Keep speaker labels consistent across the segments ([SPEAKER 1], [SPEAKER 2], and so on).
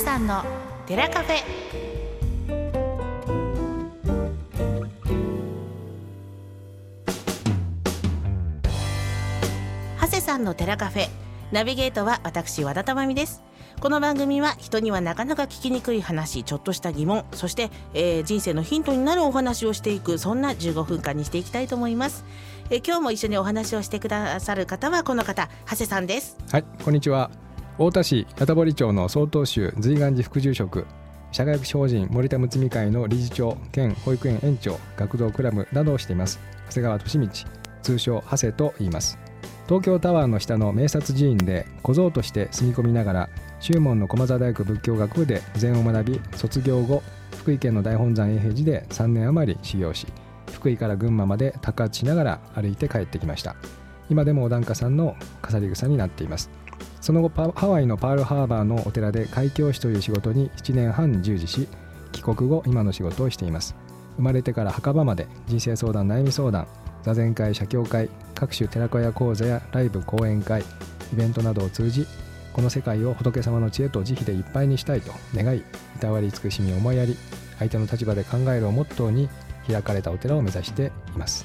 [SPEAKER 1] さんのデラカフェ長谷さんの寺カフェナビゲートは私和田珠美ですこの番組は人にはなかなか聞きにくい話ちょっとした疑問そして、えー人生のヒントになるお話をしていくそんな15分間にしていきたいと思います、えー今日も一緒にお話をしてくださる方はこの方長谷さんです
[SPEAKER 2] はい、こんにちは。太田市八堀町の曹洞宗随願寺副住職、社会福祉法人森田睦美会の理事長兼保育園園長、学童クラブなどをしています。長谷川利道、通称長谷と言います。東京タワーの下の明察寺院で小僧として住み込みながら、宗門の駒沢大学仏教学部で禅を学び、卒業後、福井県の大本山永平寺で3年余り修行し、福井から群馬まで高知しながら歩いて帰ってきました。今でもお檀家さんの飾り草になっています。その後パハワイのパールハーバーのお寺で開教師という仕事に7年半従事し帰国後今の仕事をしています生まれてから墓場まで人生相談悩み相談座禅会社協会各種寺子屋講座やライブ講演会イベントなどを通じこの世界を仏様の知恵と慈悲でいっぱいにしたいと願いいたわり慈しみ思いやり相手の立場で考えるをモットーに開かれたお寺を目指しています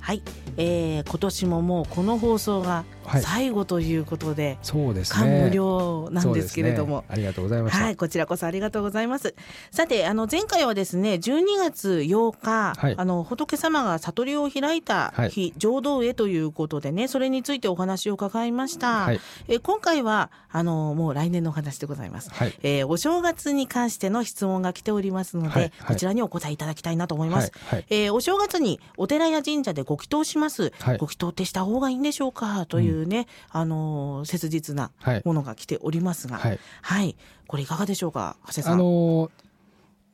[SPEAKER 1] はい、えー今年ももうこの放送が
[SPEAKER 2] はい
[SPEAKER 1] 最後ということで、
[SPEAKER 2] そうですね
[SPEAKER 1] 感無量なんですけれども、
[SPEAKER 2] そうですねありがとうございました
[SPEAKER 1] はい、こちらこそありがとうございます。さて、あの前回はですね、12月8日、
[SPEAKER 2] はい
[SPEAKER 1] あの仏様が悟りを開いた日、
[SPEAKER 2] はい
[SPEAKER 1] 浄土へということでね、それについてお話を伺いました。
[SPEAKER 2] はい
[SPEAKER 1] え今回はあのもう来年のお話でございます。
[SPEAKER 2] はい
[SPEAKER 1] えーお正月に関しての質問が来ておりますので、
[SPEAKER 2] はいはい
[SPEAKER 1] こちらにお答えいただきたいなと思います。
[SPEAKER 2] はいはい
[SPEAKER 1] えーお正月にお寺や神社でご祈祷します、
[SPEAKER 2] はい
[SPEAKER 1] ご祈祷ってした方がいいんでしょうかというね、あのー切実な
[SPEAKER 2] はい
[SPEAKER 1] ものが来ておりますが、は、
[SPEAKER 2] はいい、
[SPEAKER 1] これいかがでしょうか、長谷さ
[SPEAKER 2] あ
[SPEAKER 1] ん。
[SPEAKER 2] のー、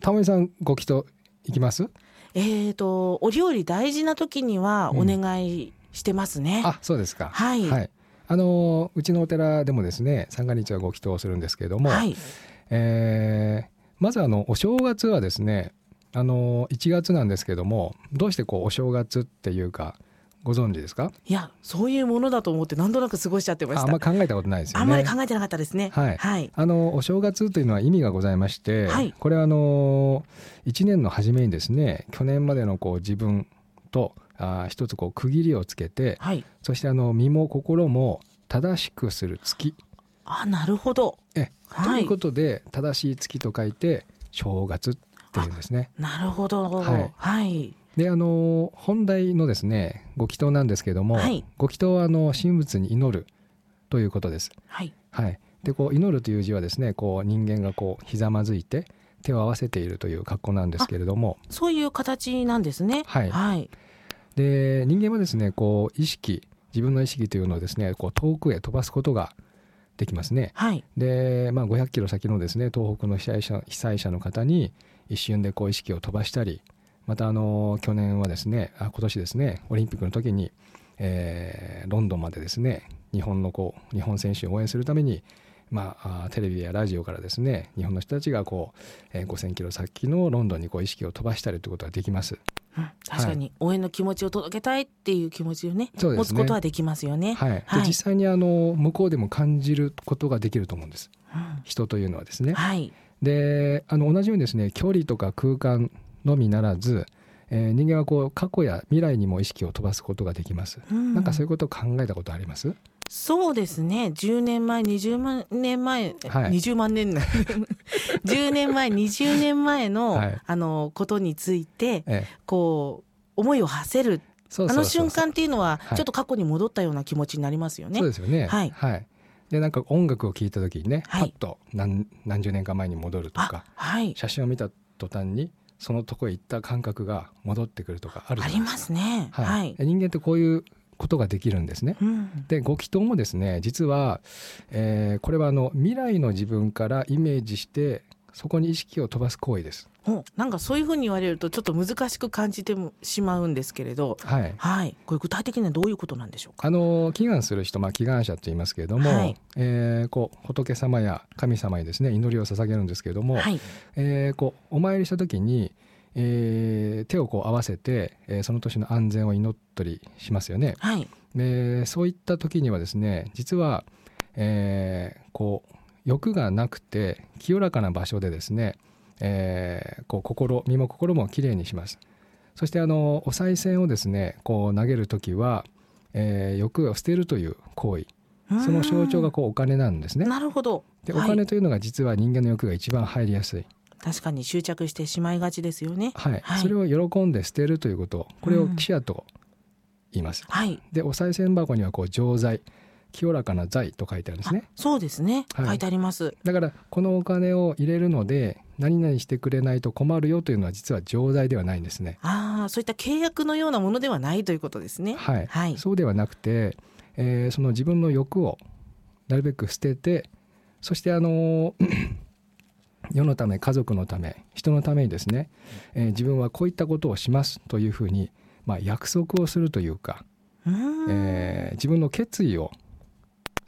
[SPEAKER 2] タモリさんご祈祷いきます？
[SPEAKER 1] えっ、と、お料理大事な時にはお願いしてますね。
[SPEAKER 2] あ、そうですか。
[SPEAKER 1] はい
[SPEAKER 2] あのーうちのお寺でもですね、三が日はご祈祷をするんですけれども、
[SPEAKER 1] はい、
[SPEAKER 2] えーまずあのお正月はですね、あのー、1月なんですけども、どうしてこうお正月っていうかご存知ですか？
[SPEAKER 1] いや、そういうものだと思って、なんとなく過ごしちゃってました。
[SPEAKER 2] あ
[SPEAKER 1] あ
[SPEAKER 2] あんま考えたことないですよね。
[SPEAKER 1] んまり考えてなかったですね。
[SPEAKER 2] はい
[SPEAKER 1] はい。
[SPEAKER 2] あのお正月というのは意味がございまして、
[SPEAKER 1] はい
[SPEAKER 2] これはあの1年の初めにですね去年までのこう自分とあー一つこう区切りをつけて
[SPEAKER 1] はい。
[SPEAKER 2] そしてあの身も心も正しくする月、
[SPEAKER 1] あ、なるほど。
[SPEAKER 2] え
[SPEAKER 1] は
[SPEAKER 2] とい
[SPEAKER 1] いう
[SPEAKER 2] こ。とで正しい月と書いて正月っていうんですね。
[SPEAKER 1] なるほど。は
[SPEAKER 2] はいい。
[SPEAKER 1] はい。
[SPEAKER 2] であの本題のですねご祈祷なんですけども、
[SPEAKER 1] はい
[SPEAKER 2] ご祈祷はあの神仏に祈るということです。はい、でこう祈るという字はですねこう人間がこうひざまずいて手を合わせているという格好なんですけれども
[SPEAKER 1] そういう形なんですね。
[SPEAKER 2] はい
[SPEAKER 1] はい。
[SPEAKER 2] で人間はですねこう意識自分の意識というのをですねこう遠くへ飛ばすことができますね。
[SPEAKER 1] はい。
[SPEAKER 2] で、まあ、500キロ先のですね東北の被災者被災者の方に一瞬でこう意識を飛ばしたりまたあの去年はですねあ今年ですねオリンピックの時に、えーロンドンまでですね日本のこう日本選手を応援するために、まあ、あテレビやラジオからですね日本の人たちがこう、えー5,000キロ先のロンドンにこう意識を飛ばしたりということができます。
[SPEAKER 1] うん確かに応援の気持ちを届けたいっていう気持ちをね
[SPEAKER 2] そうです
[SPEAKER 1] 持つ
[SPEAKER 2] ね
[SPEAKER 1] ことはできますよね。
[SPEAKER 2] はい、で
[SPEAKER 1] はい
[SPEAKER 2] 実際にあの向こうでも感じることができると思うんです
[SPEAKER 1] うん
[SPEAKER 2] 人というのはですね。
[SPEAKER 1] はい。
[SPEAKER 2] であの同じようにですね距離とか空間のみならず、えー人間はこう過去や未来にも意識を飛ばすことができます。
[SPEAKER 1] うん
[SPEAKER 2] なんかそういうことを考えたことあります？
[SPEAKER 1] そうですね。10年前、20万年前、
[SPEAKER 2] はい
[SPEAKER 1] 20万年 な10年前、20年前の、
[SPEAKER 2] はい
[SPEAKER 1] あのことについて、
[SPEAKER 2] ええ
[SPEAKER 1] こう思いを馳せる
[SPEAKER 2] そうそうそうそ
[SPEAKER 1] あ
[SPEAKER 2] う
[SPEAKER 1] の瞬間っていうのは、
[SPEAKER 2] はい
[SPEAKER 1] ちょっと過去に戻ったような気持ちになりますよね。
[SPEAKER 2] そうですよね。
[SPEAKER 1] はい
[SPEAKER 2] でなんか音楽を聴いた時にね、
[SPEAKER 1] はい
[SPEAKER 2] パッと何何十年か前に戻ると
[SPEAKER 1] あ
[SPEAKER 2] か、、
[SPEAKER 1] はい、
[SPEAKER 2] 写真を見た途端にそのとこへ行った感覚が戻ってくるとかある
[SPEAKER 1] あ
[SPEAKER 2] じゃな
[SPEAKER 1] り
[SPEAKER 2] いで
[SPEAKER 1] ます
[SPEAKER 2] か。
[SPEAKER 1] すね。
[SPEAKER 2] は
[SPEAKER 1] はい
[SPEAKER 2] い。人間ってこういうことができるんですね。
[SPEAKER 1] うん、
[SPEAKER 2] でご祈祷もですね実は、えーこれはあの未来の自分からイメージしてそこに意識を飛ばす行為です。
[SPEAKER 1] おなんかそういうふうに言われるとちょっと難しく感じてもしまうんですけれど、
[SPEAKER 2] はい
[SPEAKER 1] はい、これ具体的にはどういうことなんでしょうか。
[SPEAKER 2] あの祈願する人、まあ、祈願者と言いますけれども、
[SPEAKER 1] はい
[SPEAKER 2] えーこう仏様や神様にですね祈りを捧げるんですけれども、
[SPEAKER 1] はい、
[SPEAKER 2] えーこうお参りした時に、えー手をこう合わせて、えーその年の安全を祈ったりしますよね。
[SPEAKER 1] はい、
[SPEAKER 2] でそういった時にはですね実は、えーこう欲がなくて清らかな場所でですね、えーこう心身も心もきれいにしますそしてあのお賽銭をですねこう投げる時は、えー欲を捨てるという行為その象徴がこうお金なんですね
[SPEAKER 1] なるほど
[SPEAKER 2] でお
[SPEAKER 1] はい
[SPEAKER 2] 金というのが実は人間の欲が一番入りやすい、
[SPEAKER 1] 確かに執着してしまいがちですよね
[SPEAKER 2] はい
[SPEAKER 1] はい
[SPEAKER 2] それを喜んで捨てるということこれ
[SPEAKER 1] う
[SPEAKER 2] を
[SPEAKER 1] ん
[SPEAKER 2] 喜捨と言います、
[SPEAKER 1] はい
[SPEAKER 2] でお賽銭箱にはこう浄財清らかな財と書いてあるんですね
[SPEAKER 1] あそうですね、
[SPEAKER 2] はい
[SPEAKER 1] 書いてあります
[SPEAKER 2] だからこのお金を入れるので何々してくれないと困るよというのは実は常在ではないんですね。
[SPEAKER 1] ああそういった契約のようなものではないということですね
[SPEAKER 2] はい、
[SPEAKER 1] はい
[SPEAKER 2] そうではなくて、えーその自分の欲をなるべく捨ててそしてあのー 世のため家族のため人のためにですね、えー自分はこういったことをしますというふうに、まあ、約束をするというか、
[SPEAKER 1] うーん
[SPEAKER 2] えー自分の決意を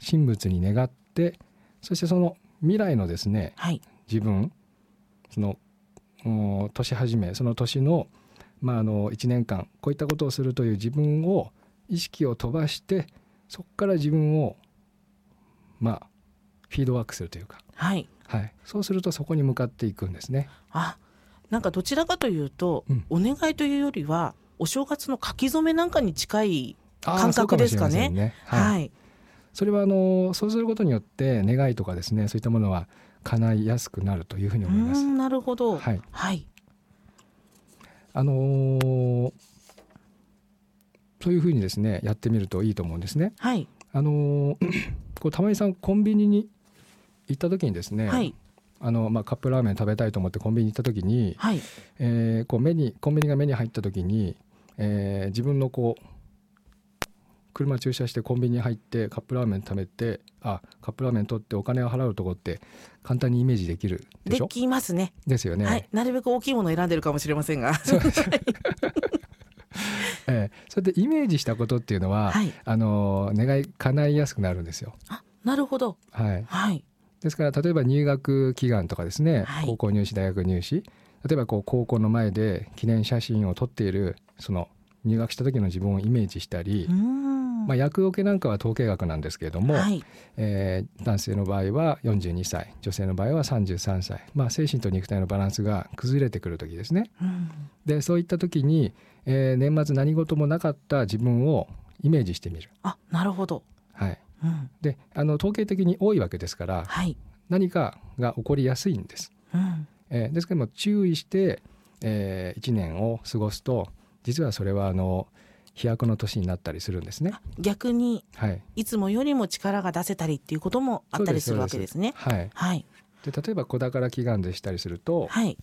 [SPEAKER 2] 神仏に願ってそしてその未来のですね
[SPEAKER 1] はい
[SPEAKER 2] 自分そのうん年始めその年の,、まああの1年間こういったことをするという自分を意識を飛ばしてそこから自分をまあフィードバックするというか、
[SPEAKER 1] はい
[SPEAKER 2] はい、そうするとそこに向かっていくんですね。
[SPEAKER 1] あなんかどちらかというと、
[SPEAKER 2] うん
[SPEAKER 1] お願いというよりはお正月の書き初めなんかに近い
[SPEAKER 2] あー
[SPEAKER 1] 感覚
[SPEAKER 2] そうもしれません
[SPEAKER 1] ですか
[SPEAKER 2] はい
[SPEAKER 1] はい、
[SPEAKER 2] それはあのそうすることによって願いとかですねそういったものは叶いやすくなるというふうに
[SPEAKER 1] うー
[SPEAKER 2] 思います。
[SPEAKER 1] んなるほど
[SPEAKER 2] はい
[SPEAKER 1] はい、
[SPEAKER 2] あのーそういうふうにですねやってみるといいと思うんですね。
[SPEAKER 1] はい
[SPEAKER 2] あのー こう玉井さんコンビニに行った時にですね、
[SPEAKER 1] はい
[SPEAKER 2] あのまあ、カップラーメン食べたいと思ってコンビニ行った時に、
[SPEAKER 1] はい
[SPEAKER 2] えーこう目にコンビニが目に入った時に、えー自分のこう車駐車してコンビニに入ってカップラーメン食べてあカップラーメン取ってお金を払うとこって簡単にイメージできるで
[SPEAKER 1] で
[SPEAKER 2] しょ
[SPEAKER 1] きますね
[SPEAKER 2] ですよね。
[SPEAKER 1] はいなるべく大きいものを選んでるかもしれませんが
[SPEAKER 2] えーそれでイメージしたことっていうのは、
[SPEAKER 1] はい
[SPEAKER 2] あのー願い叶いやすくなるんですよ。
[SPEAKER 1] あなるほど
[SPEAKER 2] はい、
[SPEAKER 1] はい
[SPEAKER 2] ですから例えば入学祈願とかですね、
[SPEAKER 1] はい
[SPEAKER 2] 高校入試大学入試例えばこう高校の前で記念写真を撮っているその入学した時の自分をイメージしたり
[SPEAKER 1] うー、ん
[SPEAKER 2] まあ、厄除けなんかは統計学なんですけれども、
[SPEAKER 1] はい
[SPEAKER 2] えー男性の場合は42歳女性の場合は33歳、まあ、精神と肉体のバランスが崩れてくる時ですね。
[SPEAKER 1] うん
[SPEAKER 2] でそういった時に、えー年末何事もなかった自分をイメージしてみる。
[SPEAKER 1] あなるほど
[SPEAKER 2] はい、
[SPEAKER 1] うん
[SPEAKER 2] であの統計的に多いわけですから
[SPEAKER 1] はい
[SPEAKER 2] 何かが起こりやすいんです。
[SPEAKER 1] うん
[SPEAKER 2] えーですけども注意して、え1年を過ごすと実はそれはあの飛躍の年になったりするんですね。
[SPEAKER 1] 逆に
[SPEAKER 2] はい、
[SPEAKER 1] いつもよりも力が出せたりっていうこともあったりするわけですね
[SPEAKER 2] はい、
[SPEAKER 1] はい
[SPEAKER 2] で例えば子宝祈願でしたりすると
[SPEAKER 1] はい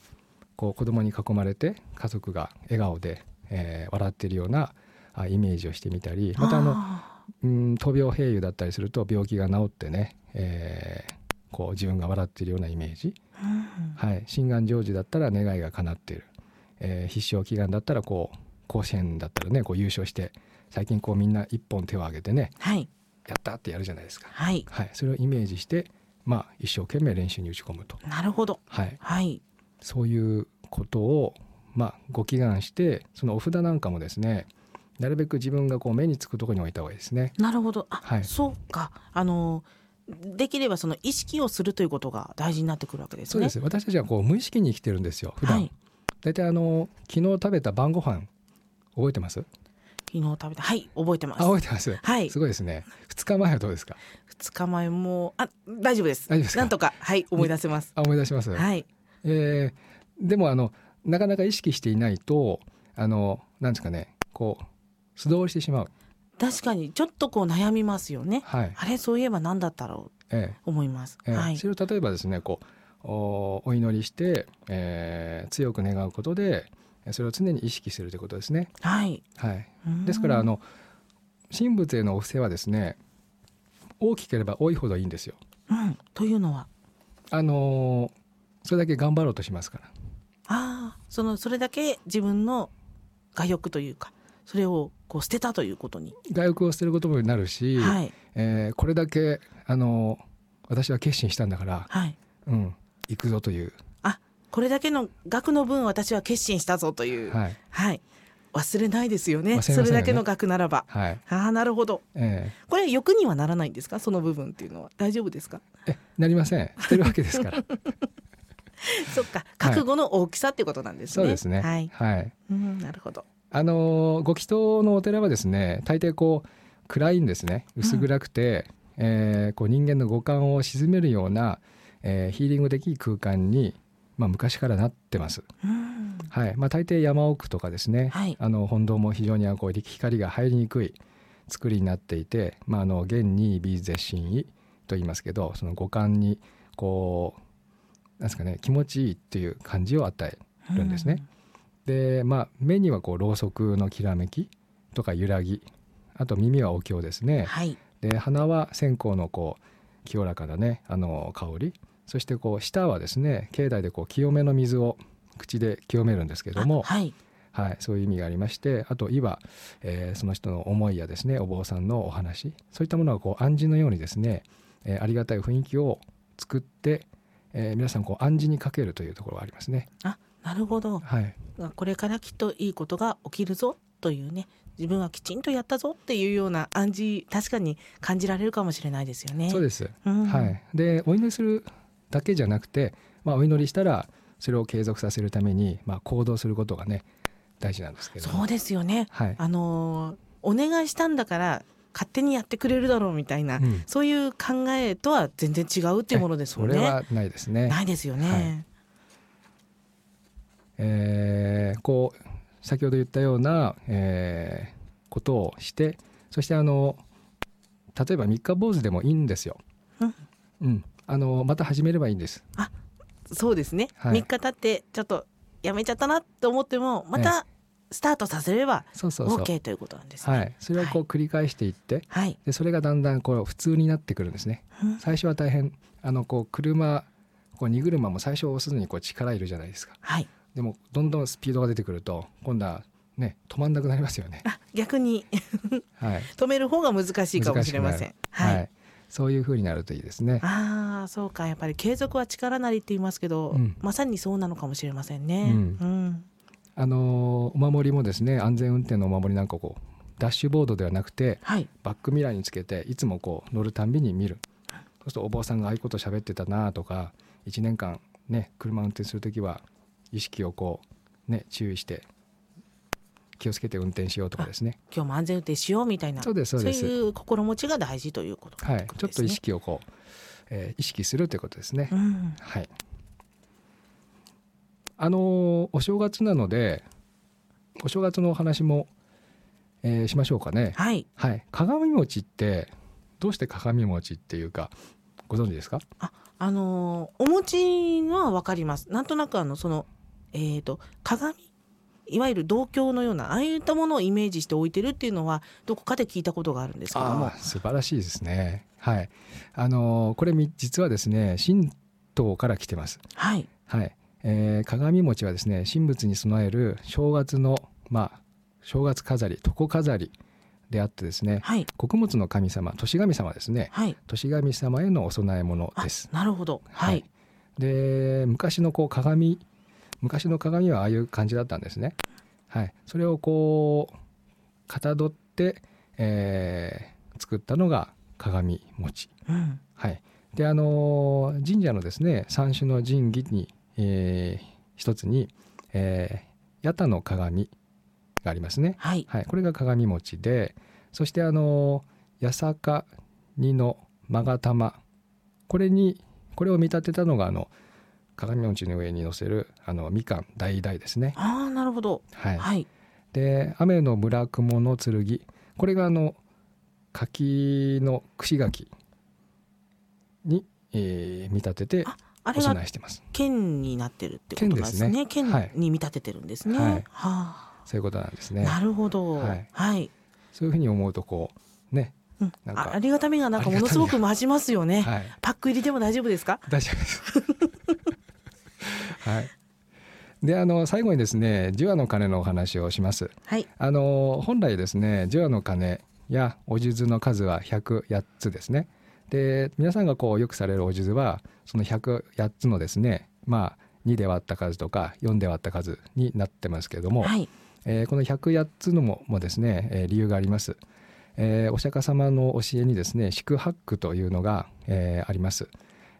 [SPEAKER 2] こう子供に囲まれて家族が笑顔で、えー笑っているようなあイメージをしてみたりまたあの
[SPEAKER 1] あ
[SPEAKER 2] うん闘病併誘だったりすると病気が治ってね、えーこう自分が笑っているようなイメージ
[SPEAKER 1] ーうん
[SPEAKER 2] はい、心願成就だったら願いが叶っている、えー必勝祈願だったらこう甲子園だったらねこう優勝して最近こうみんな一本手を挙げてね
[SPEAKER 1] はい
[SPEAKER 2] やったってやるじゃないですか、
[SPEAKER 1] はい
[SPEAKER 2] はい、それをイメージして、まあ、一生懸命練習に打ち込むと、
[SPEAKER 1] なるほど
[SPEAKER 2] はい、
[SPEAKER 1] はい
[SPEAKER 2] そういうことを、まあ、ご祈願してそのお札なんかもですねなるべく自分がこう目につくところに置いた方がいいですね。
[SPEAKER 1] なるほどあ、
[SPEAKER 2] はい
[SPEAKER 1] そうかあのできればその意識をするということが大事になってくるわけですね
[SPEAKER 2] そうです私たちはこう無意識に生きてるんですよ普段、
[SPEAKER 1] はい
[SPEAKER 2] 大体あの昨日食べた晩ご飯覚えてます
[SPEAKER 1] 昨日食べたはい覚えてま
[SPEAKER 2] あ
[SPEAKER 1] す
[SPEAKER 2] 覚えてます
[SPEAKER 1] はい
[SPEAKER 2] すごいですね。2日前はどうですか。
[SPEAKER 1] 二日前もあ大丈夫です
[SPEAKER 2] 大丈夫ですか
[SPEAKER 1] なんとかはい思い出せます
[SPEAKER 2] あ思い出します。
[SPEAKER 1] はい
[SPEAKER 2] えーでもあのなかなか意識していないとあのなんですかねこう素通りしてしまう。
[SPEAKER 1] 確かにちょっとこう悩みますよね
[SPEAKER 2] はい。
[SPEAKER 1] あれそういえば何だったろう
[SPEAKER 2] え
[SPEAKER 1] 思います、
[SPEAKER 2] ーえー
[SPEAKER 1] はい
[SPEAKER 2] それを例えばですねこうおお祈りして、えー強く願うことでそれを常に意識するということですね。
[SPEAKER 1] はい
[SPEAKER 2] はい。
[SPEAKER 1] うん
[SPEAKER 2] ですからあの神仏へのお布施はですね大きければ多いほどいいんですよ。
[SPEAKER 1] うんというのは
[SPEAKER 2] あのーそれだけ頑張ろうとしますから。
[SPEAKER 1] ああそのそれだけ自分の我欲というかそれをこう捨てたということに
[SPEAKER 2] 外欲を捨てることもなるし、
[SPEAKER 1] はい
[SPEAKER 2] えーこれだけあの私は決心したんだから、
[SPEAKER 1] はい
[SPEAKER 2] うん、行くぞという、
[SPEAKER 1] あこれだけの額の分私は決心したぞというはい、
[SPEAKER 2] はい、
[SPEAKER 1] 忘れないですよね
[SPEAKER 2] 忘れません
[SPEAKER 1] そ
[SPEAKER 2] よね
[SPEAKER 1] れだけの額ならば
[SPEAKER 2] はい
[SPEAKER 1] ああなるほど
[SPEAKER 2] え
[SPEAKER 1] これは欲にはならないんですかその部分っていうのは大丈夫ですか
[SPEAKER 2] ええなりま せんしてるわけですから
[SPEAKER 1] そっか覚悟の大きさっていうことなんですね、
[SPEAKER 2] そうですね
[SPEAKER 1] はい、
[SPEAKER 2] はい
[SPEAKER 1] うん、なるほど
[SPEAKER 2] あのーご祈祷のお寺はですね大抵こう暗いんですね薄暗くて、えーこう人間の五感を鎮めるような、えーヒーリング的空間に、まあ、昔からなってます、
[SPEAKER 1] うん
[SPEAKER 2] はいまあ、大抵山奥とかですね、
[SPEAKER 1] はい
[SPEAKER 2] あの本堂も非常にこう光が入りにくい作りになっていて、まあ、あの現に美絶神意と言いますけどその五感にこうなんですかね気持ちいいっていう感じを与えるんですね。でまあ目にはこうろうそくのきらめきとか揺らぎあと耳はお経です
[SPEAKER 1] うん
[SPEAKER 2] ね
[SPEAKER 1] はい
[SPEAKER 2] で鼻は線香のこう清らかなねあの香りそしてこう舌はですね境内でこう清めの水を口で清めるんですけども
[SPEAKER 1] あ、はい
[SPEAKER 2] はい、そういう意味がありましてあと「意は」えーその人の思いやですねお坊さんのお話そういったものがこう暗示のようにですね、えーありがたい雰囲気を作って、えー皆さんこう暗示にかけるというところがありますね。
[SPEAKER 1] あなるほど
[SPEAKER 2] はい
[SPEAKER 1] これからきっといいことが起きるぞというね自分はきちんとやったぞっていうような暗示確かに感じられるかもしれないですよね。
[SPEAKER 2] そうです、
[SPEAKER 1] うん
[SPEAKER 2] はい、でお祈りするだけじゃなくて、まあ、お祈りしたらそれを継続させるために、まあ、行動することがね大事なんですけども
[SPEAKER 1] そうですよね。
[SPEAKER 2] はい、
[SPEAKER 1] あのーお願いしたんだから勝手にやってくれるだろうみたいな、
[SPEAKER 2] うん
[SPEAKER 1] そういう考えとは全然違うっていうものです
[SPEAKER 2] そ
[SPEAKER 1] もん
[SPEAKER 2] れ
[SPEAKER 1] ね。
[SPEAKER 2] はないですね。
[SPEAKER 1] ないですよね。
[SPEAKER 2] えーこう先ほど言ったような、えーことをしてそしてあの例えば三日坊主でもいいんですよ。
[SPEAKER 1] うん
[SPEAKER 2] うんあのまた始めればいいんです。
[SPEAKER 1] そうですね。
[SPEAKER 2] はい
[SPEAKER 1] 三、日経ってちょっとやめちゃったなと思ってもまたスタートさせれば
[SPEAKER 2] そうそうそう。
[SPEAKER 1] OK ということなんですね。
[SPEAKER 2] はい、それをこう繰り返していって、
[SPEAKER 1] はい。
[SPEAKER 2] でそれがだんだんこう普通になってくるんですね。
[SPEAKER 1] うん
[SPEAKER 2] 最初は大変あのこう車こう荷車も最初押すのにこう力いるじゃないですか。
[SPEAKER 1] はい。
[SPEAKER 2] でもどんどんスピードが出てくると今度はね止まんなくなりますよね。
[SPEAKER 1] あ逆に
[SPEAKER 2] はい。
[SPEAKER 1] 止める方が難しいかもしれません。はい。
[SPEAKER 2] はい。そういう風になるといいですね。
[SPEAKER 1] ああ、そうか、やっぱり継続は力なりって言いますけど、
[SPEAKER 2] うん
[SPEAKER 1] まさにそうなのかもしれませんね。う、
[SPEAKER 2] うんあのーお守りもですね安全運転のお守りなんかこうダッシュボードではなくて
[SPEAKER 1] はい。
[SPEAKER 2] バックミラーにつけていつもこう乗るたんびに見るそうするとお坊さんがああいうこと喋ってたなとか1年間ね車運転する時は意識をこうね注意して気をつけて運転しようとかですね
[SPEAKER 1] 今日も安全運転しようみたいな。
[SPEAKER 2] そうですそうです
[SPEAKER 1] いう心持ちが大事ということ、
[SPEAKER 2] はいちょっと意。識をこう、えー意識するということですね、
[SPEAKER 1] うん。
[SPEAKER 2] はいあのーお正月なのでお正月のお話も、えーしましょうかね
[SPEAKER 1] はい。
[SPEAKER 2] はい、鏡餅ってどうして鏡餅っていうかご存知ですか？
[SPEAKER 1] あ、あのーお餅はわかります。なんとなくあのそのえっ、と鏡。いわゆる銅鏡のようなああいったものをイメージして置いてるっていうのはどこかで聞いたことがあるんですけども
[SPEAKER 2] あー素晴らしいですね。はい、あのーこれみ実はですね、神道から来てます。
[SPEAKER 1] はい
[SPEAKER 2] はい、えー鏡餅はですね、神仏に備える正月のまあ正月飾り、床飾りであってですね、
[SPEAKER 1] はい
[SPEAKER 2] 穀物の神様、年神様ですね、
[SPEAKER 1] はい
[SPEAKER 2] 年神様へのお供え物
[SPEAKER 1] あ
[SPEAKER 2] です。
[SPEAKER 1] なるほどはい、
[SPEAKER 2] で昔のこう鏡昔の鏡はああいう感じだったんですね。はい、それをこうかたどって、えー作ったのが鏡餅。
[SPEAKER 1] うん
[SPEAKER 2] はい、であのー神社のですね三種の神器に、えー一つに、えー、八田の鏡がありますね。
[SPEAKER 1] はい
[SPEAKER 2] はい、これが鏡餅でそしてあの八坂二の勾玉これにこれを見立てたのがあの鏡餅の上に乗せるあのみかん大々ですね。
[SPEAKER 1] ああなるほど
[SPEAKER 2] はい、
[SPEAKER 1] はい
[SPEAKER 2] で雨の村雲の剣これがあの柿の串柿に、えー見立てて
[SPEAKER 1] あ
[SPEAKER 2] お
[SPEAKER 1] れが
[SPEAKER 2] 供えしてます。
[SPEAKER 1] 剣になってるってことなんですね。剣
[SPEAKER 2] 剣ですねはい
[SPEAKER 1] に見立ててるんですね。
[SPEAKER 2] はい
[SPEAKER 1] はあ、
[SPEAKER 2] そういうことなんですね。
[SPEAKER 1] なるほど。は
[SPEAKER 2] はいい。そういうふうに思うとこうね、
[SPEAKER 1] うん
[SPEAKER 2] なん
[SPEAKER 1] あ
[SPEAKER 2] か
[SPEAKER 1] ありがたみがなんかものすごく増しますよね。
[SPEAKER 2] はい、
[SPEAKER 1] パック入りでも大丈夫ですか？
[SPEAKER 2] 大丈夫です。 はい。で、あの最後にですね、十話の鐘のお話をします。
[SPEAKER 1] はい。
[SPEAKER 2] あの本来ですね、十話の鐘やお数珠の数は百八つですね。で、皆さんがこうよくされるお数珠はその百八つのですね、まあ二で割った数とか四で割った数になってますけれども、
[SPEAKER 1] はい。
[SPEAKER 2] えーこの108つのももですね、えー理由があります、えーお釈迦様の教えにですね宿八苦というのが、えーあります、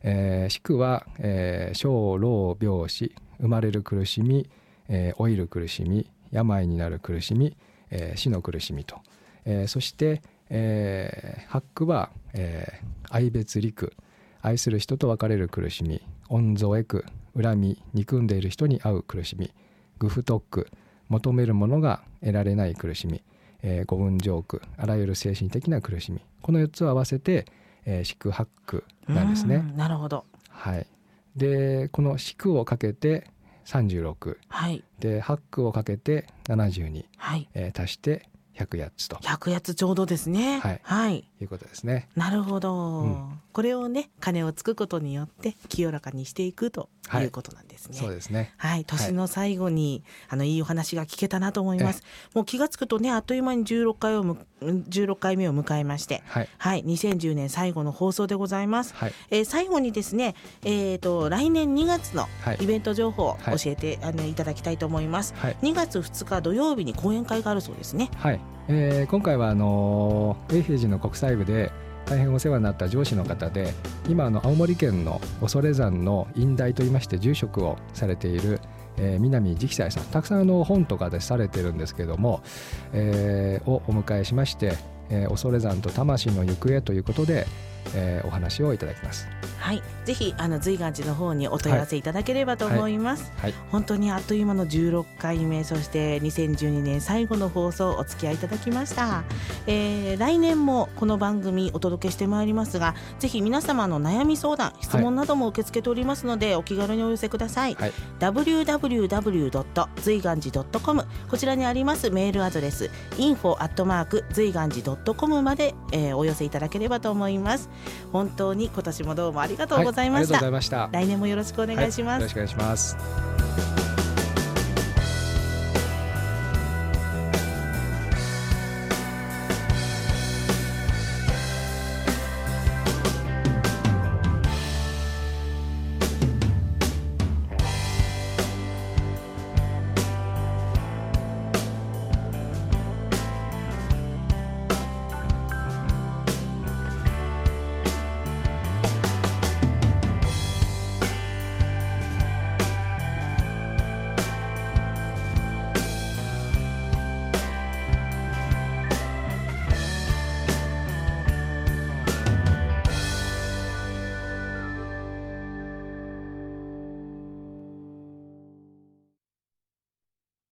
[SPEAKER 2] えー宿は、えー小老病死生まれる苦しみ、えー老いる苦しみ病になる苦しみ、えー死の苦しみと、えーそして、えー八苦は、えー愛別離苦愛する人と別れる苦しみ恩憎え苦恨み憎んでいる人に会う苦しみグフトック求めるものが得られない苦しみ、えー、五分ジョークあらゆる精神的な苦しみこの4つを合わせて、えー、四苦八苦なんです
[SPEAKER 1] う
[SPEAKER 2] ね。
[SPEAKER 1] んなるほど。
[SPEAKER 2] はい、でこの四苦をかけて36
[SPEAKER 1] はい。
[SPEAKER 2] で八苦をかけて72、
[SPEAKER 1] はい。
[SPEAKER 2] えー足して108つと
[SPEAKER 1] 百八つちょうどですね。
[SPEAKER 2] はいいうことですね。
[SPEAKER 1] なるほど、
[SPEAKER 2] うん
[SPEAKER 1] これをね、金をつくことによって清らかにしていくと
[SPEAKER 2] はい
[SPEAKER 1] いうことなんですね。
[SPEAKER 2] そうですね。
[SPEAKER 1] はい、年の最後に、い、あのいいお話が聞けたなと思います。もう気がつくとね、あっという間に16回をむ16回目を迎えまして、
[SPEAKER 2] はい
[SPEAKER 1] はい、2010年最後の放送でございます。
[SPEAKER 2] はい
[SPEAKER 1] えー最後にですね、えー、と来年2月の
[SPEAKER 2] はい
[SPEAKER 1] イベント情報を
[SPEAKER 2] はい
[SPEAKER 1] 教えて、い、あのいただきたいと思います。
[SPEAKER 2] はい
[SPEAKER 1] 2月2日土曜日に講演会があるそうですね。
[SPEAKER 2] はい、えー今回はあのー永平寺の国際部で大変お世話になった上司の方で今あの青森県の恐山の院大といいまして住職をされている、えー南直斎さんたくさんあの本とかでされてるんですけども、えーをお迎えしまして、えー恐山と魂の行方ということで、えーお話をいただきます。
[SPEAKER 1] はい、ぜひあの随願寺の方にお問い合わせいただければと思います。
[SPEAKER 2] はい、
[SPEAKER 1] 本当にあっという間の16回目そして2012年最後の放送お付き合いいただきました、えー来年もこの番組お届けしてまいりますがぜひ皆様の悩み相談質問なども受け付けておりますので、お気軽にお寄せください、
[SPEAKER 2] はい
[SPEAKER 1] www. 随願寺 .com こちらにありますメールアドレス info アットマーク随願寺 .com まで、えーお寄せいただければと思います本当に今年もどうもありがとうございまし
[SPEAKER 2] は
[SPEAKER 1] た、
[SPEAKER 2] ありがとうございました。
[SPEAKER 1] 来年もよろしくお願いします、
[SPEAKER 2] はいよろしくお願いします。